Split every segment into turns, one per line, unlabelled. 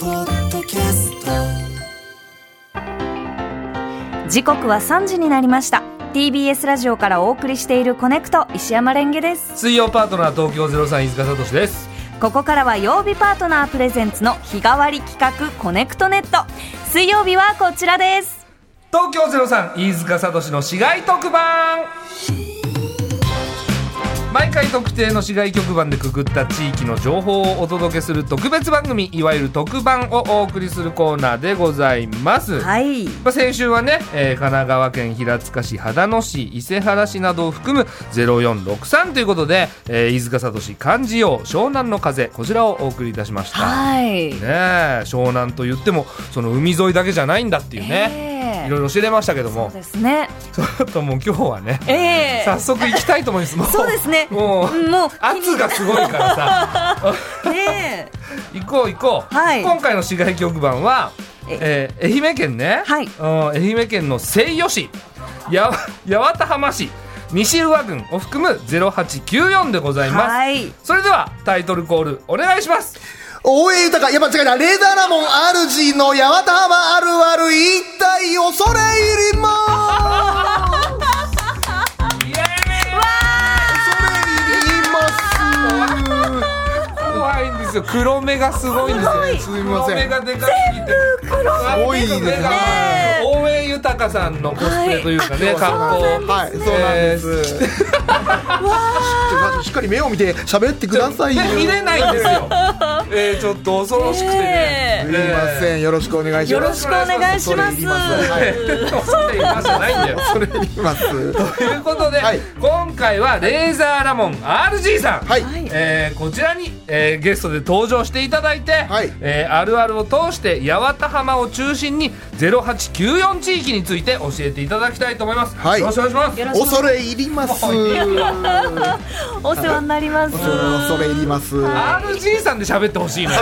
ポッドキャスト
時刻は3時になりました TBS ラジオからお送りしている「コネクト」石山レンゲです
水曜パートナー東京03飯塚聡です
ここからは曜日パートナープレゼンツの日替わり企画「コネクトネット」水曜日はこちらです
東京03飯塚聡の市街特番毎回特定の市街局番でくぐった地域の情報をお届けする特別番組いわゆる特番をお送りするコーナーでございます、
はい
まあ、先週はね、えー神奈川県平塚市秦野市伊勢原市などを含む0463ということで、えー飯塚聡漢字王湘南の風こちらをお送りいたしました
はい
ねえ湘南と言ってもその海沿いだけじゃないんだっていうね、
え
い
ー
ろいろ知れましたけど
そ
も
うですね
ちょっともう今日はね、
ええ
早速行きたいと思いますも
そうですね
もう
もう
圧がすごいからさ
ね
行こう行こう、
はい
今回の市街局番は、えー愛媛県ね、
はい
うん愛媛県の西予市や八幡浜市西宇和郡を含む0894でございます、
はい
それではタイトルコールお願いします
大江豊か、やっぱ違うな、レーザーラモン RG の八幡浜あるある一体恐れ入りま
イエーイ
す恐れ入ります
怖いんですよ黒目がすごいんですよ
すいません
黒目がでかすぎて全部黒
目すごいですね
大江豊さんのコスプレというかね、格好
はい、そうなんです。ちょっとまずしっかり目を見て喋ってくださいよ。
えーで見れないんです よ、えー、ちょっと恐ろしくてね
ね
すいません、よろしくお願いし
よろ
ま
し
す。
くお願いします
恐れ入りますはい
恐れ入りますじゃないんだよ
恐れ入ります。
ということで、
はい
今回はレーザーラモン RG さん、
はい、
えーこちらに、えーゲストで登場していただいて、
はい
えーあるあるを通して八幡浜を中心に0894地域について教えていただきたいと思います、
はい
よろしくお願いします
ろしく
恐れ入ります。
もういい
お世話になります
恐れ入ります。
RG さんで喋ってほしいのよ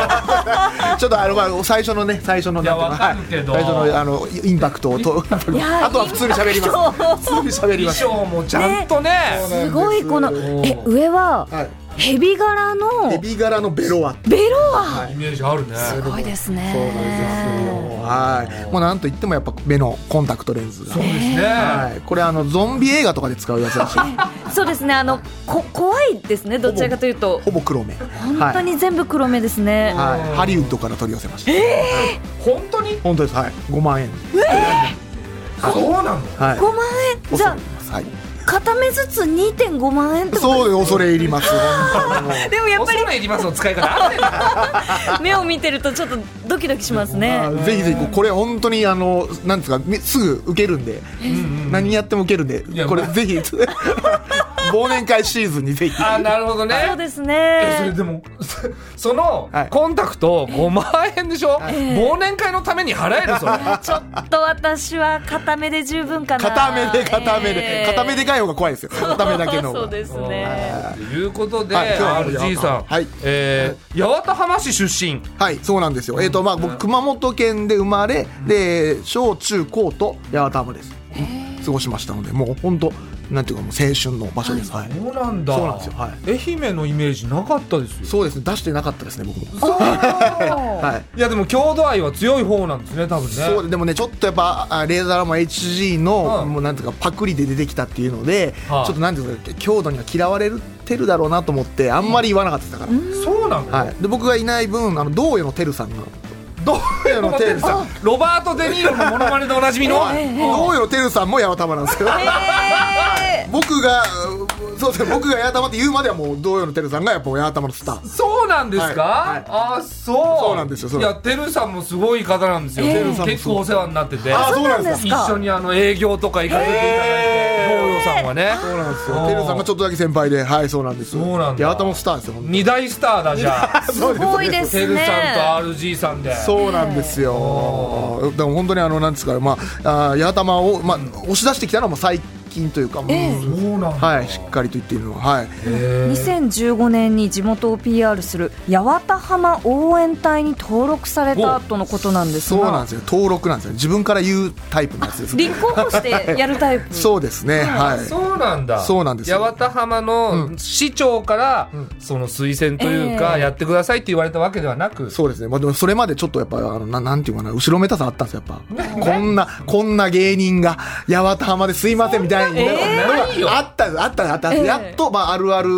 ちょっとあのまあ最初のね最初のなんていう
いやわかるけど
はい、最初のあのインパクトをと
いやー
あとは普通に喋ります。普通に喋り
衣
ます。
装もちゃんとね
すごいこの
ー
え上は
はい。
ヘビ柄の
エビ柄のベロは。
ベロは
イメージあるね
すごいです
そうなんです
ね
よ。はい。もうなんといってもやっぱ目のコンタクトレンズが。
そうですね、
はい。これあのゾンビ映画とかで使うやつらしい。
そうですねあのこ怖いですねどちらかというと
ほぼ黒目。本
本当。に全部黒目ですね、
はい。ハリウッドから取り寄せました。
本当に
本当です。はい。5万円。
そうなの
はい。
5万円じゃあ
はい。
片目ずつ2.5万円ってこと
そうで恐れ入ります。本当に
でもやっぱ
恐れ入りますの使い方あってんだ
り目を見てるとちょっとドキドキします
あ
ね
ーぜひぜひこれ本当にあのなんですかみすぐ受けるんで、何やっても受けるん
い
で
や
これ
まあ
ぜひ 忘年会シーズンにぜひ
あなるほどね
そうです
えそれ
ね
でもそその
はい
コンタクト5万円でしょ、忘年会のために払える それ
ちょっと私は片目で十分かな
片目で片目
え
で
え
片目でかい方が怖いですよ片目だけの方
そう
が
ですね
ということで、
はい今日は
RG さん、
はい
えー八幡浜市出身
はいそうなんですよえっ、とまあ僕熊本県で生まれで小中高と八幡浜です過ごしましたのでもう本当なんていうかもう青春の場所ですはい
そうなんだ
そうなんですよは
愛媛のイメージなかった ですよ
そうですね出してなかったですね僕もはい
いやでも郷土愛は強い方なんですね多分ね
そうででもねちょっとやっぱあレーザーラモン HG の、
うん
もうなんていうかパクリで出てきたっていうので、
はい
ちょっとなんていうか強度には嫌われてるだろうなと思ってあんまり言わなかったから、
そうなの、
はい、で僕がいない分あの道与のてるさ んが
どういうの
テル さ
さんロバート・デ・ニーロのモノマネでおな じみの
道与のてるさんも八幡浜なんですけど、 僕がうんそうですね僕が八幡浜って言うまではもう道与のてるさんがやっぱ八幡浜のスター
そうなんですか、
はいはい
あそう
そうなんですよそう
い
なん
やてるさんもすごい方なんですよ、
テルさんも
結構お世話になってて
あそうなんです
か
一緒にあの営業とか行かせていただいて、東洋さんはねそうなんです
テルさんがちょっとだけ先輩ではいそうなんです
そうなんだ
八幡もスターですよ本
二大スターだ じゃあ
当そうです
ごいです
テル
ね
さんと RG さんで
そうなんですよ。でも本当にあのなんですか、まあ、あー八幡を、まあ、押し出してきたのはもう最近というか、もう
そうなんだ
はい、しっかりと言っているのは、はい。
2015年に地元を PR する八幡浜応援隊に登録されたとのことなんですが
そうなんですよ、登録なんですよ、自分から言うタイプのやつです。
立候補してやるタイプ
そうですね、はい。
そうなんだ
そうなんですよ
八幡浜の市長から、その推薦というか、
ええ
やってくださいって言われたわけではなく
そうですね、まあ、でもそれまでちょっとやっぱあのななんていうかな後ろめたさあったんですよやっぱこんなこんな芸人が八幡浜ですいませんみたいな
ないよ
あったんですあったんですあったんです、
ええ
やっと、まあ、あるある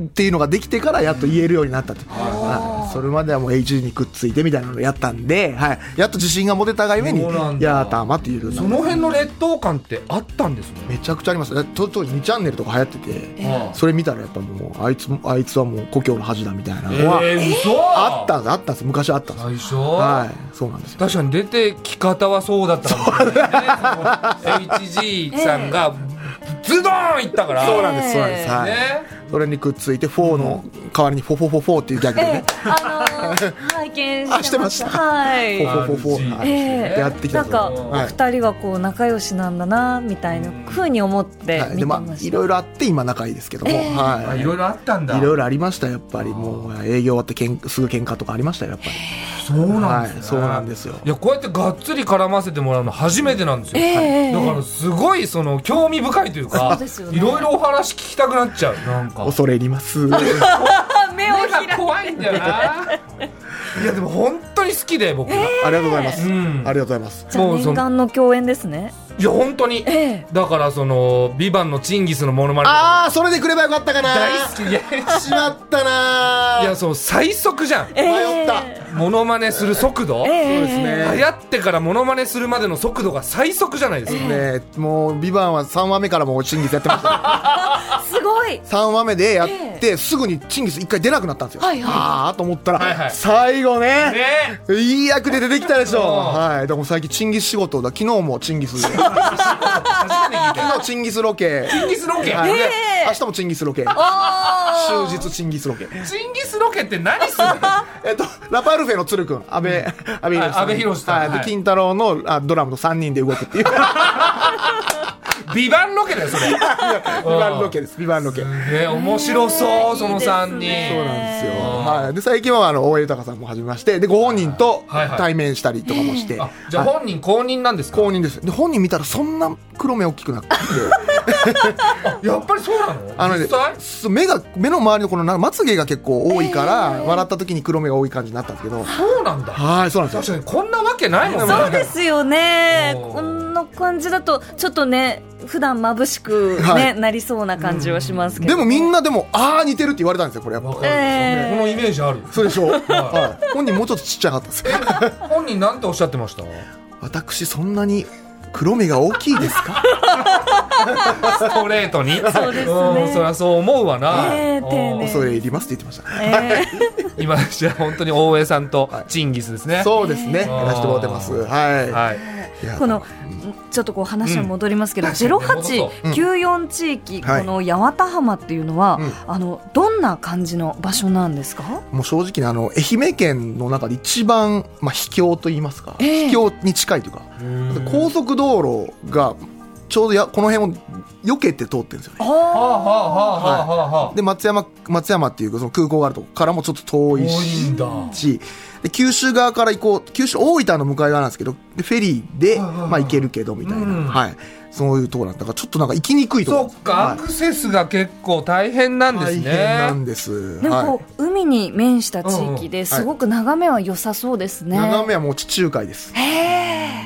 っていうのができてからやっと言えるようになったと、はいそれまではもう H にくっついてみたいなのをやったんで、はい、やっと自信が持てたがゆえに
そうなん
八
だ
幡浜っていうのが
その辺の劣当感ってあったんですね
めちゃくちゃありますだと当時2チャンネルとか流行ってて、
ええ
それ見たらやっぱもうあいつもあいつはもう故郷の恥だみたいな
え
のは、
え嘘
あったんですあったんです昔あったんです
最初、
はいそうなんですよ
確かに出てき方はそうだったかもしれないねその HG さんがズドーンいったから
そうなんです、そうなんです。はい。
ね
それにくっついて、フォーの代わりに、フォフォフォフォっていうギャグでね、
あのー拝見してま
あしてました
はい
フォフォフォフォ、はい
ええ
やってきた
なんか、
ぞ
お二人はこう仲良しなんだなみたいなふうに思って
はい、
見て
でま
ま
あ
し
い
た、
ろいろあって今仲いいですけども、
あ
はいい
ろいろあったんだ
いろいろありましたやっぱりもう営業終わってけんすぐ喧嘩とかありましたよやっぱり
そうなんです、ね
はいそうなんですよ
いやこうやってがっつり絡ませてもらうの初めてなんですよ、
ええ
だからすごいその興味深いという
そ
か
うですよね
いろいろお話聞きたくなっちゃうなんか
恐れ入ります
あ目を
目
開
が怖いんだよないやでも本当に好きで僕が、
ありがとうございます、
うん
ありがとうございます
じゃあ
もうその
念願の共演ですね
いや本当に、
ええ
だからその「ビバンのチンギスのモノマネとか
ああそれでくればよかったかな
大好きいや
しまったない
やその最速じゃん
え
迷った、
モノマネする速度、
ええ
そうですね
流行ってからモノマネするまでの速度が最速じゃないですか、
ねもう「ビバンは3話目からもうチンギスやってました
すご い
3話目でやって、すぐにチンギス1回出なくなったんですよ、
はいはい
ああと思ったら、
はいはい
最後ね
ね
いい役で出てきたでしょ、
うん
はい、でも最近チンギス仕事だ昨日もチンギス昨
初めて聞いたよ
日チンギスロケ、
チンギスロケ、
はい
ね
で明日もチンギスロケ終
あ
日チンギスロケ
チンギスロケって何するの
えっと、ラパルフェの鶴くん、安倍、安倍博さん。
安倍博さん
はい。
は
で、
い
金太郎のあドラムの3人で動くっていう。ビ
ビバンロケだよそれ
バンロケ です、ビバンロケ。そうなんです
すげえ面白そう、その3人
いいですね
よ。はい。で、最近は、あの、大江豊さんも始めまして、で、ご本人と
はいはい
対面したりとかもして。
あじゃあ本人公認なんですか、
公認です。で、本人見たらそんな黒目大きく なくて。
やっぱりそうなの
あのね
実際、
そう目が、目の周りのこのなまつげが結構多いから、笑った時に黒目が多い感じになったんですけど。
そうなんだ
はい、そうなんです
確
よ。
かにこんなわけないもんね
そうですよね
おー
こんな感じだとちょっとね普段眩しく、ね
はい
なりそうな感じはしますけど
でもみんなでも、あー似てるって言われたんですよ、これやっぱ
わ。かる、
ええ
このイメージある
そうでしょう。はい。本人もうちょっとちっちゃかったです。
本人なんておっしゃってました
私そんなに黒目が大きいですか
ストレートにそう
ですね
んそりゃそう思うわな、
ええ丁寧
恐れ入りますって言ってました、
え
うん今じゃあ本当に大江さんとチンギスですね、
そうですね、
ー
やらせてもらってますはい、
はい
いや
ーこのちょっとこう話は戻りますけど、0894地域、
はい
この八幡浜っていうのは、
うん
あのどんな感じの場所なんですか、
もう正直ねあの愛媛県の中で一番、まあ、秘境と言いますか、
ええ
秘境に近いというか高速道路がちょうどやこの辺を避けて通ってるんですよね
はあはあはあはあはあ
で松山松山っていうその空港があるとこからもちょっと遠い
多
し
いんだ
しで九州側から行こう九州大分の向かい側なんですけどでフェリーで、まあ、行けるけどみたいな、
うん
はい、そういうところなんだからちょっとなんか行きにくいとこ
そっか、
は
ア
い
クセスが結構大変なんです
大変
ね
なんです、
でもこ
は
う、海に面した地域
うん
ですごく眺めは良さそうです
い、
ね。
眺めはもう地中海です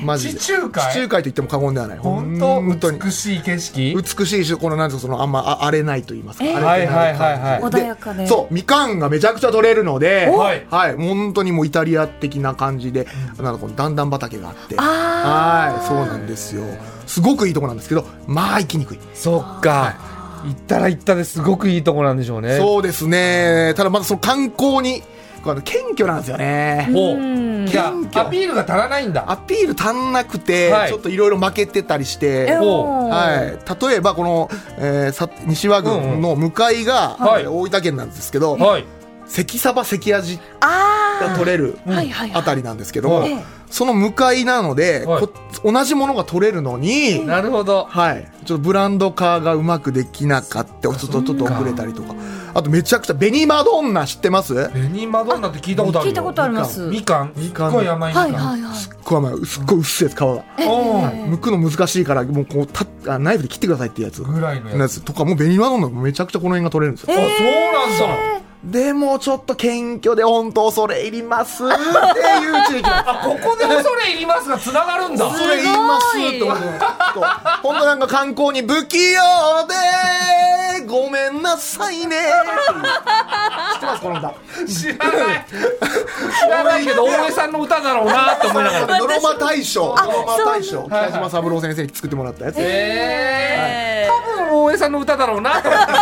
マジで
地中海
地中海と言っても過言ではない
本当
本当に
美しい景色
美しいしこのなんていうかそのあんまあ荒れないと言いますか、
えー
荒れてない感じ
はいはいはいはい
穏やかで
そうみかんがめちゃくちゃ取れるので
お
はい、はい、本当にもうイタリア的な感じで、なんかこの段々畑があって
あー
はいそうなんですよすごくいいとこなんですけどまあ行きにくい
そっか行ったら行ったですごくいいとこなんでしょうね
そうですね。ただまだその観光にあの謙虚なんですよね。
ほう
うん
じゃ
謙
あ
虚
アピールが足らないんだ
アピール足んなくて、
はい
ちょっといろいろ負けてたりして。
え
ほう
もう
はい、例えばこの、えーさ西和郡の向かいが、
うんうんはい
えー大分県なんですけど、
はい
関サバ関アジが
あ
取れる
あ、はいはいは
あ
い
たりなんですけども、
はい
ええ
その向かいなので、
はい
こ同じものが取れるのに、
なるほど
はい、ちょっとブランド化がうまくできなかったちょっとちょっと遅れたりとかあとめちゃくちゃ「紅マドンナ」知ってます
紅マドンナって聞いたことある
聞いたことあります。
みかん
み
す
か
っ
ん
ごい甘いみか
は
ん、
いはいはい。
これはまあすっごい薄いです皮が
おー
剥くの難しいからもうこうたあナイフで切ってくださいっていうやつ
ぐらいの
や
やつ
つとかもう紅マドンナもめちゃくちゃこの辺が取れるんですよ
あそうなんだ
でもちょっと謙虚で本当恐れ入りますっていううちに来ました
あここで恐れ入りますがつながるんだ
それ言いますってこと本当なんか観光に不器用でごめんなさいね 知ってますこの歌
知らない知らないけど大江さんの歌だろうなって思いながら
ドラマ大賞ドラマ大賞北島三郎先生に作ってもらったやつ
えー、多分大江さんの歌だろうなと思って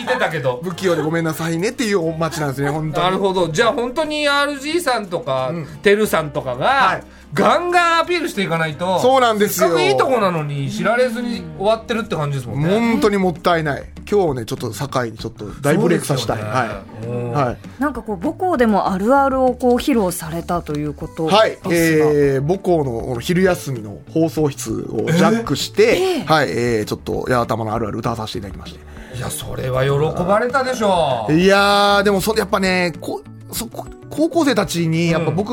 聞いてたけど
不器用でごめんなさいねっていうお街なんですね本
な
当
る
に
ほどじゃあ本当に RG さんとか、てるさんとかが、ガンガンアピールしていかないと
そうなんですよ
せっかくいいとこなのに知られずに終わってるって感じですもんね
本当にもったいない今日ねちょっと堺にちょっと大ブレイクさせたい、
そうですよねうん
はい、はい
なんかこう母校でもあるあるをこう披露されたということですが、
はい、えー、母校のこの昼休みの放送室をジャックして、はい、えー、ちょっと八幡のあるある歌わさせていただきまし
いやそれは喜ばれたでしょ
て。いやー、でもそれやっぱね、こそこ高校生たちに、やっぱ僕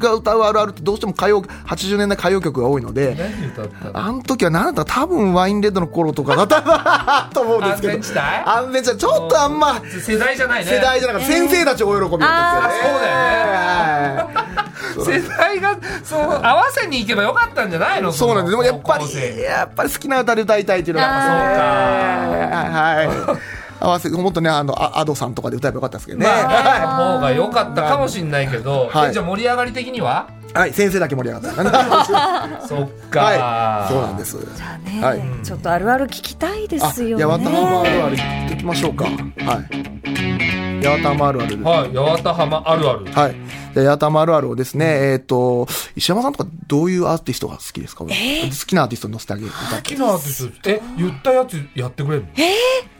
が歌うあるあるってどうしても歌謡、80年代歌謡曲が多いの
う
で、
何歌ったの
あの時はなんだった多分ワインレッドの頃とかだったなと思うんですけど。
安全地帯
安全地帯ちょっとあんま
世代じゃないね
世代じゃなくて、先生たちお喜びだったんですよね。はい
世代がそう合わせに行けばよかったんじゃないの
そうなんです。で
その
もやっぱり
高校生、
やっぱり好きな歌で歌いたいっていうのがありますね。はい。合わせて、もっとね、あの、あアドさんとかで歌えばよかったですけどね。
まあ、の方が良かったかもしれないけど、
はい
えじゃあ盛り上がり的には
はい、先生だけ盛り上がった。は
そっか、
い。そうなんです。
ね
はい
ちょっとあるある聞きたいですよね。
あ八幡浜あるある行ってきましょうか。はい。八幡浜あるある。はい。
はい八幡浜あるある
で八幡浜あるあるをですね、えっ、と、石山さんとかどういうアーティストが好きですか、好きなアーティストに載せてあげる。歌って
好きなアーティストえ言ったやつやってくれるの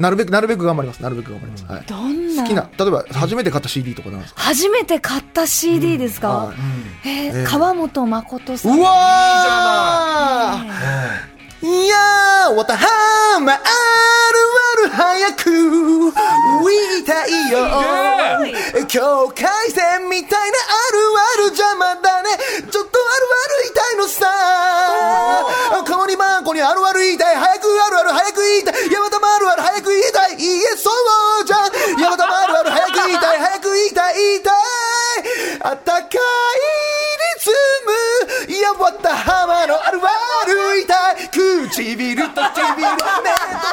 なるべく、なるべく頑張ります。なるべく頑張ります。はい。
どんな
好きな、例えば初めて買った CD とかなんですか
初めて買った CD ですか。
はい
えー川本誠さん。
うわーいやー、わたはまあるある早く、浮いたいよ。境界線みたいなあるある邪魔だね。ちょっとあるある言いたいのさ。ここにマンコにあるある言いたい。早くあるある早く言いたい。ヤマタもあるある早く言いたい。いいえ、そうじゃん。ヤマタもあるある早く言いたい。早く言いたい、言いたい。あったかいリズム。やわた浜のあるある言いたい。唇と唇、目と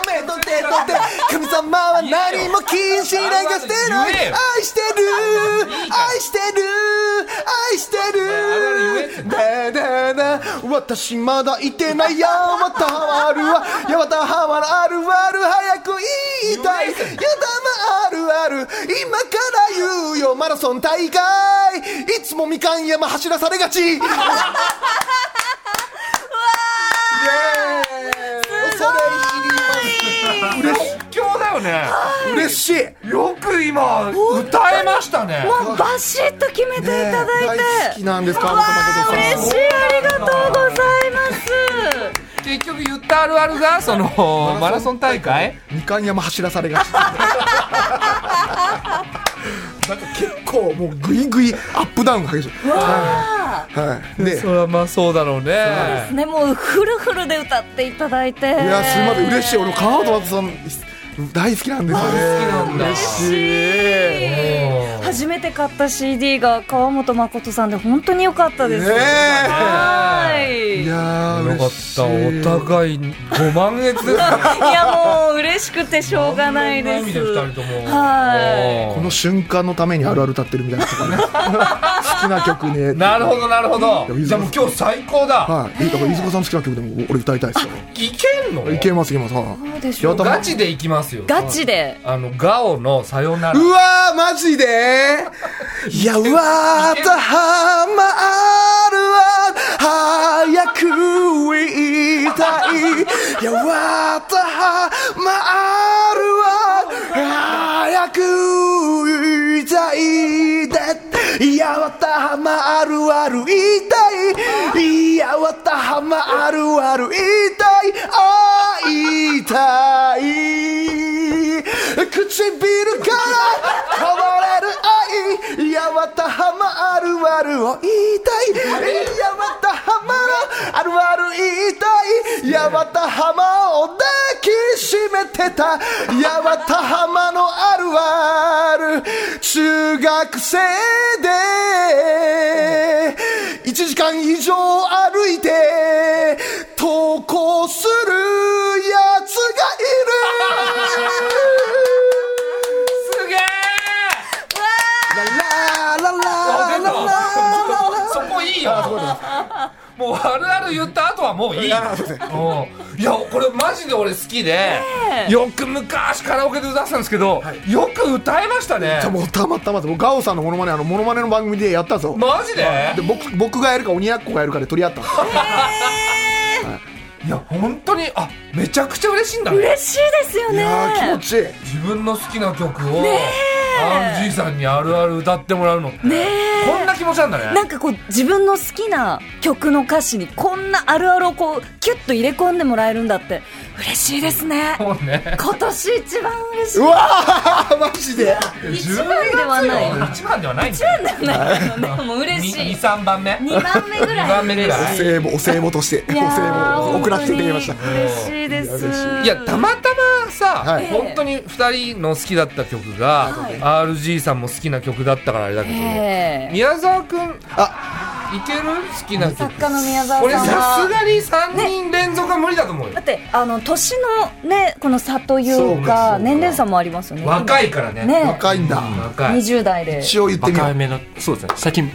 目と手と手。神様は何も禁止なんかしてない。
言えよ
愛してる愛してる愛してるだだだ私まだいてないやまたはあるわやまたはあるある早く言いたいやだまあるある今から言うよマラソン大会いつもみかん山走らされがち イエーイ恐れ入ります
即興だよね
嬉しい
よく今歌えましたね
もうバシッと決めていただいて。
大好きなんですか
わあ嬉しいありがとうございます。
結局言ったあるあるがそのマラソン大会
みかん山走らされがちなんか結構もうグイグイアップダウンが激しいはい、はい、でいやす
それはまあそうだろうね
ねもうフルフルで歌っていただいて。
み
い
ません嬉しい俺川本さん大好きなんですよね
なんだ
初めて 買った CD が川本誠さんで本当に良かったです。
ねえ
はい。いや
やー
よかったお互い5万円ですね
もう嬉しくてしょうがないで
こん
す
な意味で2人とも
はい
おー
この瞬間のためにあるある歌ってるみたいなとかね好きな曲ね
なるほどなるほ
い
ど
やいいぞ
じゃあもう今日最高だ、
はいいいだから飯塚さん好きな曲でも俺歌いたいですよ
い、けんの
いけますいけますはい
どうでしょう
やっ
ガチでいきますよ
ガチで
あのガオの「さよなら」
うわーマジでいやうわーたはまあるわ早く言いたいいやうわーたはまあるわ早く言いたいでいやわたはまあるわる言いたいいやわたはまあるわる言いたいあー言いたい唇から変われる愛いやまたはまあるあるを言いたいいやまたはまあるある言いたいいやまたはまを抱きしめてたいやまたはまのあるある中学生で1時間以上歩いて投稿するやつがいる
すげえ
ラララララ
そこいいよもうあるある言った後はもういいうんいやこれマジで俺好きでよく昔カラオケで歌ってたんですけどよく歌えましたね
じゃあもうたまたまです僕ガオさんのモノマネあのモノマネの番組でやったんですよ
マジで
で僕僕がやるか鬼奴がやるかで取り合ったんですよ
いや本当にあめちゃくちゃ嬉しいんだね
嬉しいですよ
いやー気
ね
持ちいい
自分の好きな曲を RG さんにあるある歌ってもらうのってこんな気持ちなんだ
な
ね
んかこう自分の好きな曲の歌詞にこんなあるあるをこうキュッと入れ込んでもらえるんだって嬉しいですね
もうね
今年一番嬉しいう
わーマジで
一
番ではない
一番ではないん
な
だ
んだよねあのねもう嬉しい
23番目
2番目ぐらい
2番目ぐらい
お歳暮お歳暮としてお
い
歳
やー
暮送らせていただきました
本当に嬉しいです
いやたまたまさ、
はい
本当に2人の好きだった曲が、
はい
RG さんも好きな曲だったからあれだけど、
ええ
宮沢くんい
あ
ける好きな曲
作家の宮沢さんは
これさすがに3人連続は無理だと思うよ、
だってあの年のねこの差という
そうかそうか
か年齢差もありますよね
若いからね
ね
若いんだ
若い
20代で
一応言ってみよ
若いうめのそうですね最近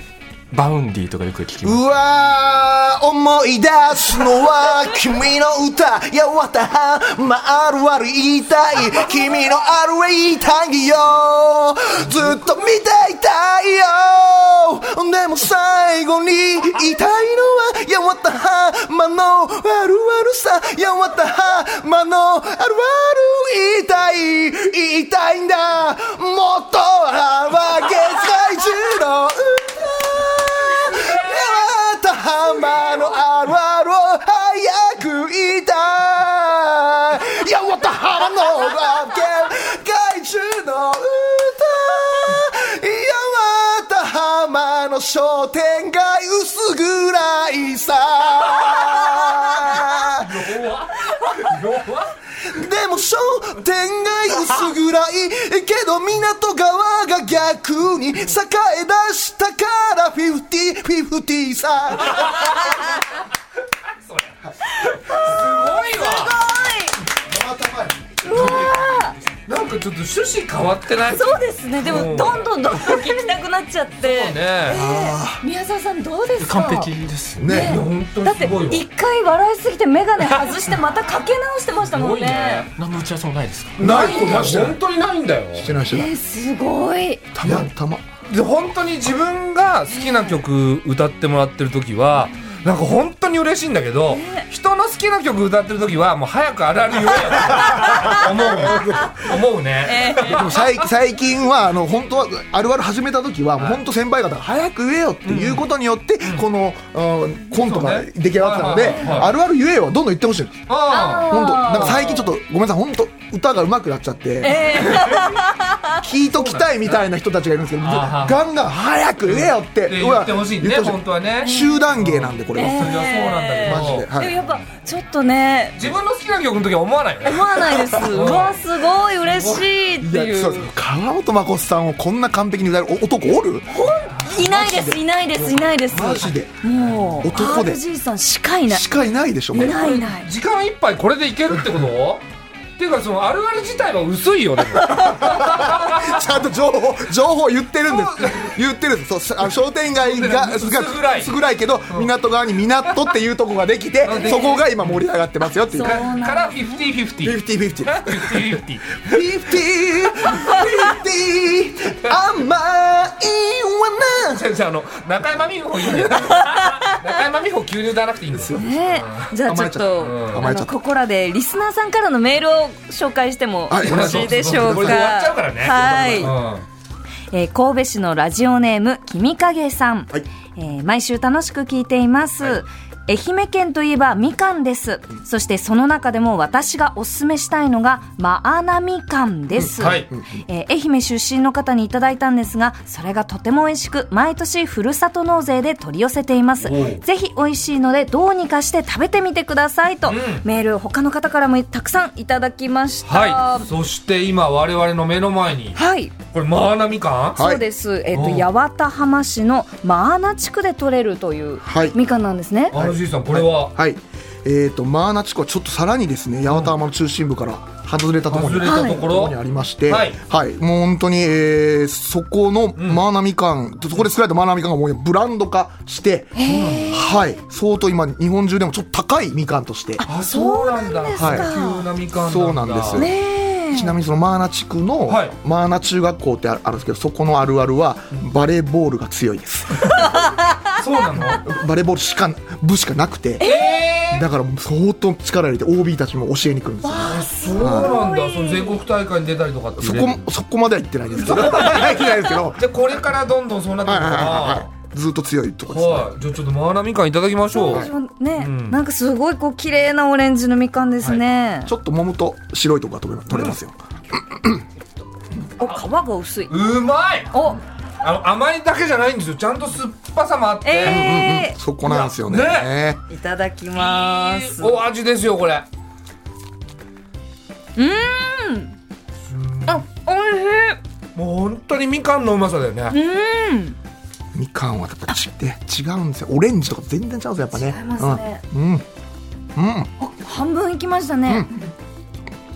バウンディとかよく聞きます
うわー思い出すのは君の歌いやわたはまあるある言いたい君のある言いたいよずっと見ていたいよでも最後に言いたいのはやわたはまのあるあるさやわたはまのあるある言いたい言いたいんだもっとは月界中の歌た浜のあるあるを早く言いたいやわた浜の学園外中の歌いやわた浜の商店街薄暗いさでも商店街薄暗いけど港側が逆に栄え出したからフィフティフィフティさ
すごいわなんかちょっと趣旨変わってない
そうですねで
う
も
ん
どんどんどんどん聞きたくなっちゃって
ねえ
宮沢さんどうですか
完璧ですね
ね
いや本当
だ
に
って
すごいわ
一回笑いすぎて眼鏡外してまたかけ直してましたもんね
何の打ち合わせもないですか
ないんだよ本当にないんだよ
してないしてない
えすごい
たまたま
で本当に自分が好きな曲歌ってもらってる時はなんか本当に嬉しいんだけど人の好きな曲歌ってる時はもう早くあるある言えよ 思う思うね
でも最最近はあの本当はあるある始めた時は本当先輩方が早く言えよっていうことによってこのうんコントが
そうね
出来上がってたので
はいはいはいはい
あるある言えよはどんどん言ってほしいです
あ
本当なんか最近ちょっとごめんなさい本当歌が上手くなっちゃって
え
聞いときたいみたいな人たちがいるんですけど
あー
ガンガン早く言えよって
あって言ってほしいね
言ってほ
本当はねそれ
集団芸なんでこれは
はそうなんだけど
マジで
ー
は
でも
い
やっぱちょっとね
自分の好きな曲の時は思わないよね
思わないですうわすごい嬉しいっ
い
て
や
い
そう
う
です川本真琴さんをこんな完璧に歌えるお男おる
いないですいないですいないです
マジで
もう
男で
RG さんしかいない
しかいないでしょ
いないいない
時間いっぱいこれでいけるってことっていうかそのあるある自体は薄いよね
ちゃんと情報情報言ってるんです言ってるんですそうあの商店街が
そうだね薄暗い
薄暗いけど港側に港っていうとこができて
うんできて
そこが今盛り上がってますよっていう
そう
50-50
なんだ
からフィフティフィフティフ
50-50
ィフティフィフテ ィ
甘いわ
先生あの中山美穂いいん だよ中山美穂急に歌わなくていいんですよ
ねじゃあちょっと
うん甘
あ
えちゃ
の
った
ここらでリスナーさんからのメールを紹介してもよ
はい
ろしいでしょうか
これで終わっちゃうからね
はい
うん
えー神戸市のラジオネーム君影さん、
はい
えー毎週楽しく聞いています、愛媛県といえばみかんですそしてその中でも私がおすすめしたいのがマアナみかんです、
うんはい
えー愛媛出身の方にいただいたんですがそれがとても美味しく毎年ふるさと納税で取り寄せていますぜひ美味しいのでどうにかして食べてみてくださいと、メールを他の方からもたくさんいただきました
はいそして今我々の目の前に
はい
これマーナみかん
はい
そうです。えっ、
うん
と八幡浜市のマーナ地区で取れるという
はい
みかんなんですね。
あのじいさんこれは
はいえーとマーナ地区はちょっとさらにですね八幡浜の中心部から外れたところ
外
に
れたところ
ここにありまして、
は
はいい、もう本当に、えーそこのマーナみかん、そこで作られたマーナみかんがもうブランド化して、はい、相当今、日本中でもちょっと高いみかんとして、
あそうなんだ
はい
高級なみかんなんだ
そうなんです
ね
ちなみにそのマーナ地区の、
はい
マーナ中学校ってあるんですけど、そこのあるあるは、バレーボールが強いです。
そうなの
バレーボールしか、部しかなくて、
ええ
だから相当力入れて、OB たちも教えに来るんですよ。
そうなんだその全国大会に出たりとかって
そ
ね
こも、そこまでは行ってないですけど、行ってないですけど、
じゃあこれからどんどんそうなってい
は
く
いはい
のか
はい
な
はい。ずっと強いとこですね。
はい、じゃあちょっとマーナみかんいただきましょう。
私もね、
うん
なんかすごいこう綺麗なオレンジのみかんですね。
ちょっと揉むと白いとこが取れ取れますよ。
お皮が薄い。
うまい。
お、
あの甘いだけじゃないんですよ。ちゃんと酸っぱさもあって。
え
そこなんですよね。
ね
ね
ー、いただきます。
お味ですよこれ。
あ、美味
もう本当にみかんのうまさだよね。
みかんはやっぱちね違うんですよ。オレンジとか全然違うんですよやっぱね。
しい。ますね。
うん。うん。
あ半分いきましたね。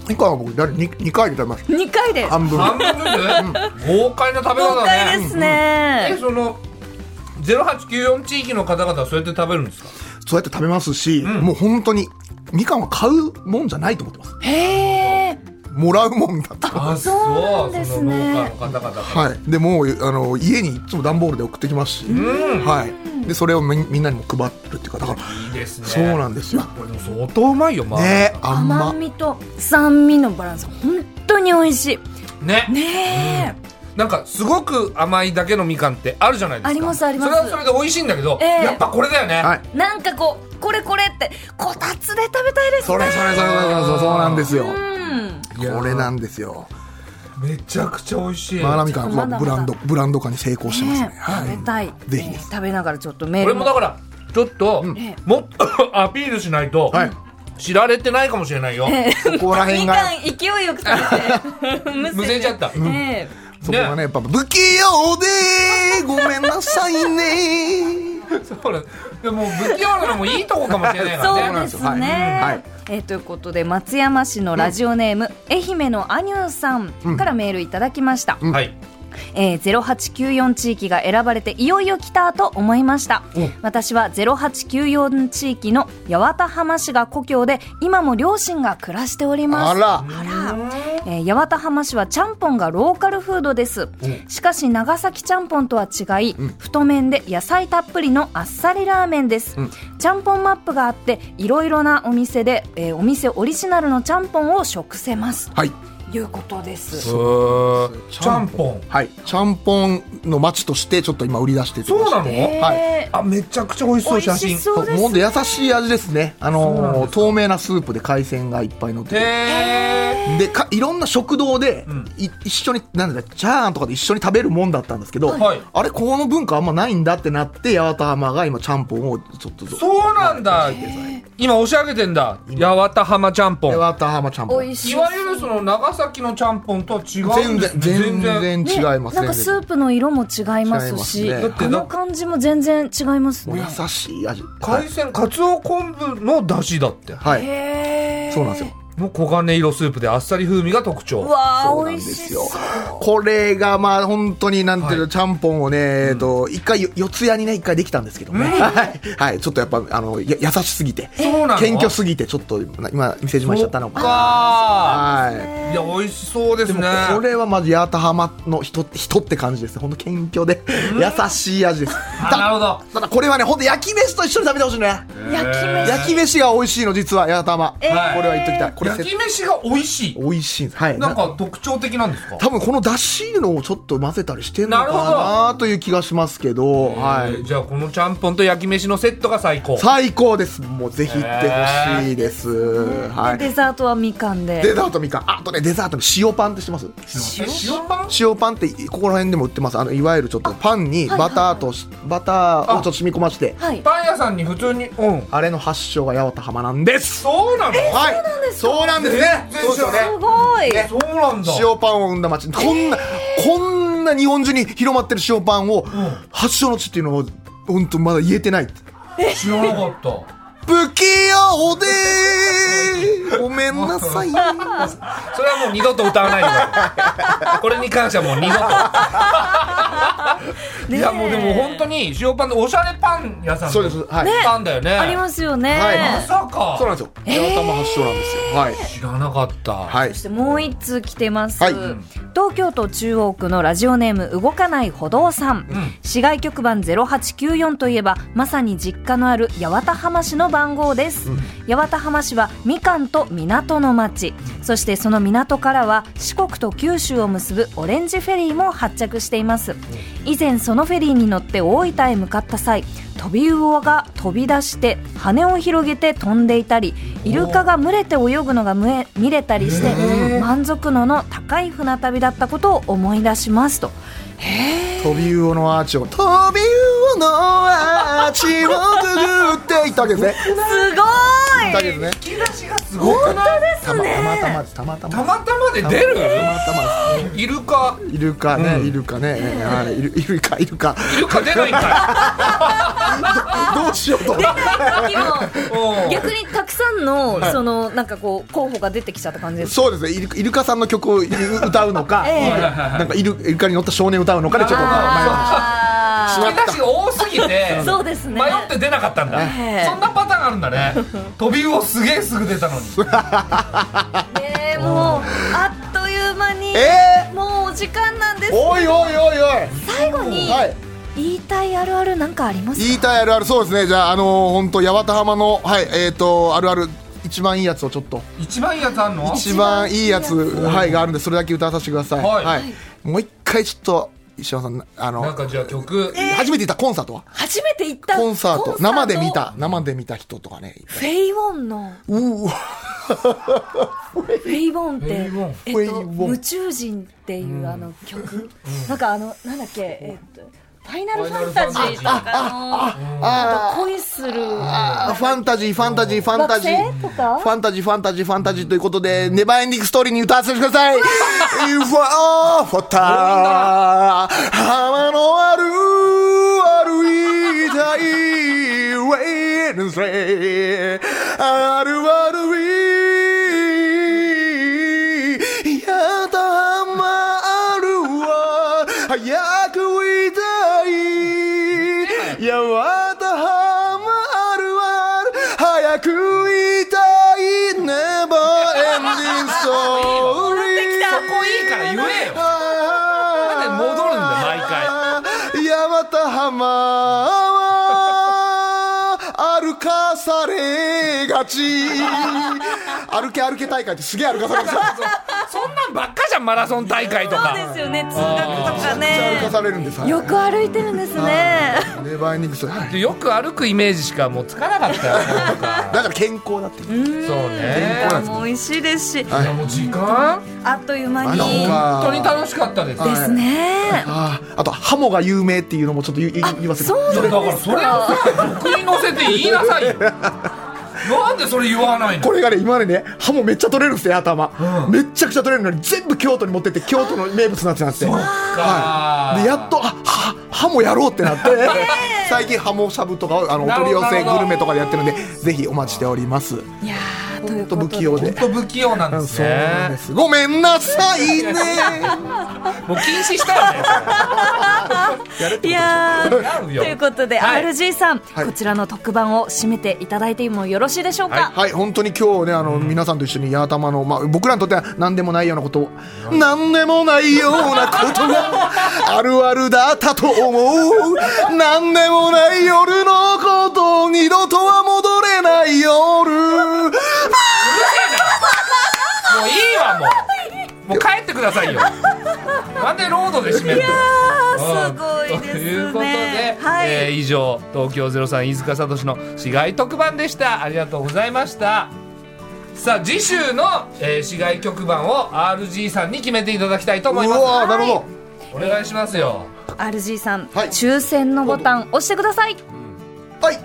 みかんは僕誰に二回で食べました。
二、回で。
半分。
半分ずつ、豪快な食べ
豪
方だ
快
ね。
ですね。
えそのゼロ八九四地域の方々はそうやって食べるんですか。
そうやって食べますし、もう本当にみかんは買うもんじゃないと思ってます。
へえ。
もらうもんだと。
あ
そうなんですね
その農家の方々が。
はい。でもうあの家にいつも段ボールで送ってきますし、はい。でそれをみみんなにも配ってるっていうかだから、
いいですね。
そうなんですよ。
これでも相当うまいよマーナ。
ねあん
甘
ま。
みと酸味のバランス本当に美味しい。
ね。
ね
なんかすごく甘いだけのみかんってあるじゃないですか
ありますあります
それはそれで美味しいんだけど、
ええ
やっぱこれだよね、
はい。
え。なんかこうこれこれってこたつで食べたいですね。
それそれそれそれそれそうなんですよ。これなんですよ。
めちゃくちゃ美味しい
マーナミカン
ま
は
だまだ
ブランドブランド化に成功してますね。
ね
はい
食べたい。
ぜひです
ね食べながらちょっとメー
こ
ル
れ
も。
もだからちょっと、
ええ
もっと アピールしないと、
はい
知られてないかもしれないよ、
そこら辺
み
が
かん勢いよく 食べてむ
むせちゃった、
ね
そこがねやっぱ不器用でごめんなさいね。
そうだでも不器用なのもいいとこかもしれないか
そう
らね
ですね。
そうなんですよはいはい
えーということで松山市のラジオネーム、愛媛のアニューさんからメールいただきました。
はい
えー、0894地域が選ばれていよいよ来たと思いました私は0894地域の八幡浜市が故郷で今も両親が暮らしておりま
あ
す
ら。
あらえー八幡浜市はちゃんぽんがローカルフードですしかし長崎ちゃんぽんとは違い、太麺で野菜たっぷりのあっさりラーメンです、ちゃんぽんマップがあっていろいろなお店で、えーお店オリジナルのちゃんぽんを食せます
はい
いうことです
ちゃんぽん
はいちゃんぽんの町としてちょっと今売り出してて
そうなの、
はい
あめちゃくちゃ美味しそう写真
美味しそうです
もっと優しい味ですね。あ
そうな
の
ん
ー
で
透明なスープで海鮮がいっぱい乗って
へ
て。
え
でかいろんな食堂で、い一緒になんだチャーンとかで一緒に食べるもんだったんですけど、
はい
あれこの文化あんまないんだってなって八幡浜が今ちゃんぽんをちょっと
そうなんだ、今押し上げてんだ八幡浜ちゃんぽん
でわたはまちゃんぽん
美味し
い
そう
わゆるその長崎のちゃんぽんとは違う
全
んで
然
すね
全
ね
然違います
なんかスープの色も違います
違
し、
いますねだ
って
あ
な
の感じも全然違います
もう
ね。
優しい味は
海
い
鮮かつお昆布の出汁だって
はい
へー
そうなんですよ
の黄金色スープであっさり風味が特徴
うわ
そう
ー、
な
美
んで
味
す
し
よ
そう。
これがまあ本当になんていうの、
は
ちゃんぽんをね、えっと一回よ四つ谷にね一回できたんですけどね、はい、はい、ちょっとやっぱあのや優しすぎて
そうなの
謙虚すぎてちょっと今店じまいしちゃったの
そっか
はい
いや美味しそうです
でも
ね
これはまず八幡浜の人って人って感じですね本当謙虚で優しい味です
あ
た
なるほど
ただこれはね本当焼き飯と一緒に食べてほしいね
焼き飯。
焼き飯が美味しいの実は八幡浜、
ー
これは言っときたいこれ
焼き飯が美味しい
美味しいんですはい
なんか特徴的なんですか
多分このだしのをちょっと混ぜたりしてんのか
なるほ
なという気がしますけど、はい、
じゃあこのちゃんぽんと焼き飯のセットが最高
最高ですもうぜひ行ってほしいです、はい
デ
デ
ザートはみかんで。
ザートみかんああとねデザートの塩パンってしてます
え塩パン
塩パンってここら辺でも売ってますあのいわゆるちょっとパンにバターとし、バターをちょっと染み込ませて
はい。
パン屋さんに普通にうん
あれの発祥が八幡浜なんです
そうなの
はいそうなんですね
全然
そうですよね
すごい。
そうなんだ
塩パンを生んだ町こんな、こんな日本中に広まってる塩パンを、発祥の地っていうのを本当まだ言えてない
知らなかった
不器用でごめんなさい
それはもう二度と歌わないでくださいこれに関してはもう二度 といやもうでも本当に塩パンでおしゃれパン屋さん
そうですはい、
パンだよね
ありますよね。
はい
まさか
そうなんですよ八幡浜発祥なんですよはい
知らなかったは
はい
そしてもう一通来てます、
はい
東京都中央区のラジオネーム動かない歩道さん、市外局番0894といえばまさに実家のある八幡浜市の番号です、八幡浜市はみかんと港の町そしてその港からは四国と九州を結ぶオレンジフェリーも発着しています以前そのフェリーに乗って大分へ向かった際飛び魚が飛び出して羽を広げて飛んでいたりイルカが群れて泳ぐのがむえ見れたりして、満足度の高い船旅だったことを思い出しますと
飛び魚のアーチを飛び魚のアーチをくぐっていったわけですね
す
い
ご
ったわけですね
引き出しがすごくない
たまたまたまですたまた
た
ま
またまで出る
たまたまです
イルカ
イルカね、イルカね、はい、イルイルカイルカ
イルカ出ないんか
どうしようと
い
いうん
逆にたくさんの、そのなんかこう候補が出てきちゃった感じです
そうですねイルカイルカさんの曲を歌うのか、
ええ
なんかイルイルカに乗った少年歌うのかでちょっと迷いました
あー
引き出しが多すぎて
そうですね
迷って出なかったんだ
ええ
そんなパターンあるんだ ね飛び魚すげえすぐ出たのに
えーもうあっという間に、
え
もうお時間なんです
おいおいおいおい
最後に、
はい
言いたいあるあるなんかあります
言いたいあるあるそうですねじゃああのー、本当八幡浜のはいえっ、ー、とあるある一番いいやつをちょっと
一番いいやつあんの
一番いいやつはいがあるんでそれだけ歌わさせてください
はい
もう一回ちょっと石山さんなあ
なん
の
かじゃあ曲
初めて行ったコンサートは
初めて行った
コンサート生で見た生で見た人とかね
フェイウォンの
うー
フェイウォンっ
フェイ
て
ウォン
えっ
フェイ
と
ウォン
夢中人っていうあの曲、なんかあのなんだっけえっとファイナルファンタジーとかのあと恋する
あーファンタジーファンタジーファンタジ
惑
ー
星とか
ファンタジーファンタジーファンタジーということでネバーエンディングストーリーに歌わせてください If I offer 浜のある歩いたい Wednesday ある歩いやだ浜あるは早くいたいやわた浜あるある早く言いたい Never ending story
そこいいから言えよ なんで戻るんだよ毎
回山田浜は歩かされがち歩け歩け大会ってすげえ歩かされるんですよ
そんなんばっかじゃんマラソン大会と
そう
か
ですよね通学とか
歩か
ね
されるんです
よく歩いてるんですね
ネバーエンディングストーリーはい
でよく歩くイメージしかもうつかなかったよ なんか
だから健康だって
そうね
そうなんです
もう美味しいですし
いやもう時間
あっという間
あ
に
の
で
本当に楽しかったです
はい
すね
あーあとハモが有名っていうのもちょっと言い言い言い忘れて
そう
いやだからそれをさ僕に乗せて言いなさいよなんでそれ言わないの
これがね今までね歯もめっちゃ取れるんですよ頭、めっちゃくちゃ取れるのに全部京都に持ってって京都の名物になってなんですよ
か
はい、でやっとあ歯歯もやろうってなって最近ハモしゃぶとかをあのお
なる
取
ほ
り寄
ど
せグルメとかでやってるんでぜひお待ちしております
いやーとい
ほん
う
と
こと
不
で
器用で
本当不器用なんです
そうなん
ね
ですごめんなさいね
もう禁止したよね
いやー
なるよ
ということで、
はい
RG さん、
い
こちらの特番を締めていただいてもよろしいでしょうか、
はい本当に今日ねあの、皆さんと一緒に八幡の、まあ、僕らにとっては何でもないようなことを何でもないようなことが あるあるだったと思う何でもない夜のこと二度とは戻れない夜
もういいわもうもう帰ってくださいよなんでロードで締めるの
すごいですね
ということで、
はい
えー以上東京03飯塚聡の市街特番でしたありがとうございましたさあ次週の、えー市街局番を RG さんに決めていただきたいと
う
思いま
わーなるほど
すお願いしますよ
RG さん、
はい
抽選のボタン押してください
はい。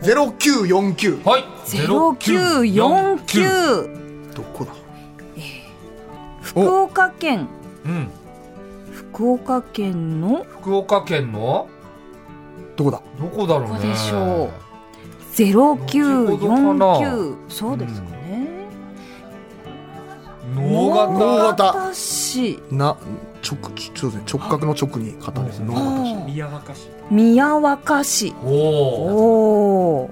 ゼロ九四九。
はい
0949
どこだ。
福岡県
うん
福岡県の
福岡県の
どこだ。
どこだろうね
どこでしょ0949そうですかね
能
能
形
形
大田市
な、直、ちょっとね直角の直に型ですね。
あー
宮若市
宮若市
おお
おお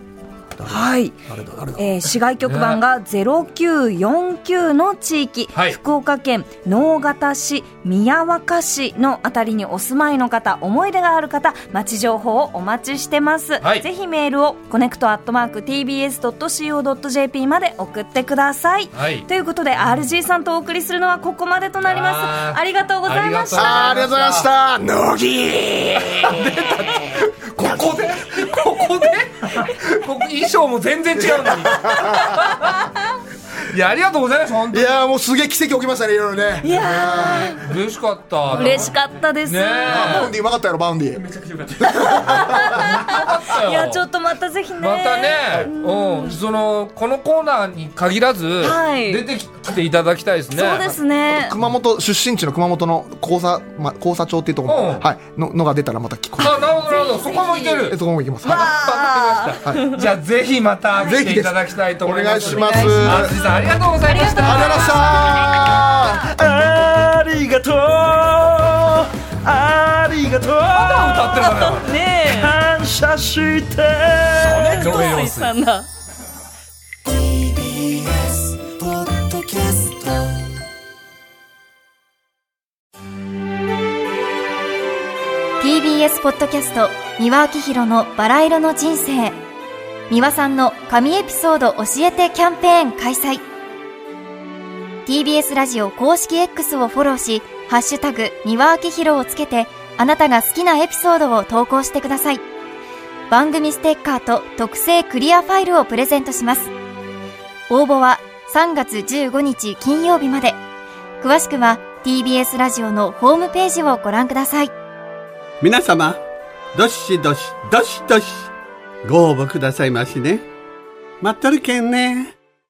はい
誰だ誰だ。
えー、市外局番が0949の地域、
はい
福岡県直方市宮若市のあたりにお住まいの方思い出がある方町情報をお待ちしてます、
はい
ぜひメールをコネクトアットマーク TBS.CO.JP まで送ってください、
はい
ということで RG さんとお送りするのはここまでとなりま
あ
す
ー
ありがとうございまし
ありがとうございました
た
ありがとうございました。乃木。
ここでここでここ衣装も全然違うのにいやありがとうございます本当
いやーもうすげえ奇跡起きましたねいろいろね。
いや
に嬉しかった
ー嬉しかったです、
ねえ
バウンディうまかったやろバウンディ。
いやちょ
っ
っとまたぜひね
またね、うん、そのこのコーナーに限らず、
はい
出てきていただきたいですね。
そうですね
熊本出身地の熊本の交差ま交差町っていうとこ
うん
ろはいののが出たらまた聞こ
あ、なるほど、なるほど、そこもいけ
え
る。
そこも行きます。は
はいじゃあぜひまた来ていただきたいと
いお
思いま
願い
す。
します。
あ
あ
辻さんありがとうございまし
りが
た。
とうございました。
ありがとうありがとう
歌ってるからね。
ねえ
感謝して
上
どう
陽
い
水
さんだ
TBS ポッドキャスト
ポッドキャスト三輪明宏のバラ色の人生三輪さんの神エピソード教えてキャンペーン開催 TBS ラジオ公式 X をフォローし「ハッシュタグ三輪明宏」をつけてあなたが好きなエピソードを投稿してください番組ステッカーと特製クリアファイルをプレゼントします応募は3月15日金曜日まで詳しくは TBS ラジオのホームページをご覧ください
皆様、どしどし、どしどし、ご応募くださいましね。待っとるけんね。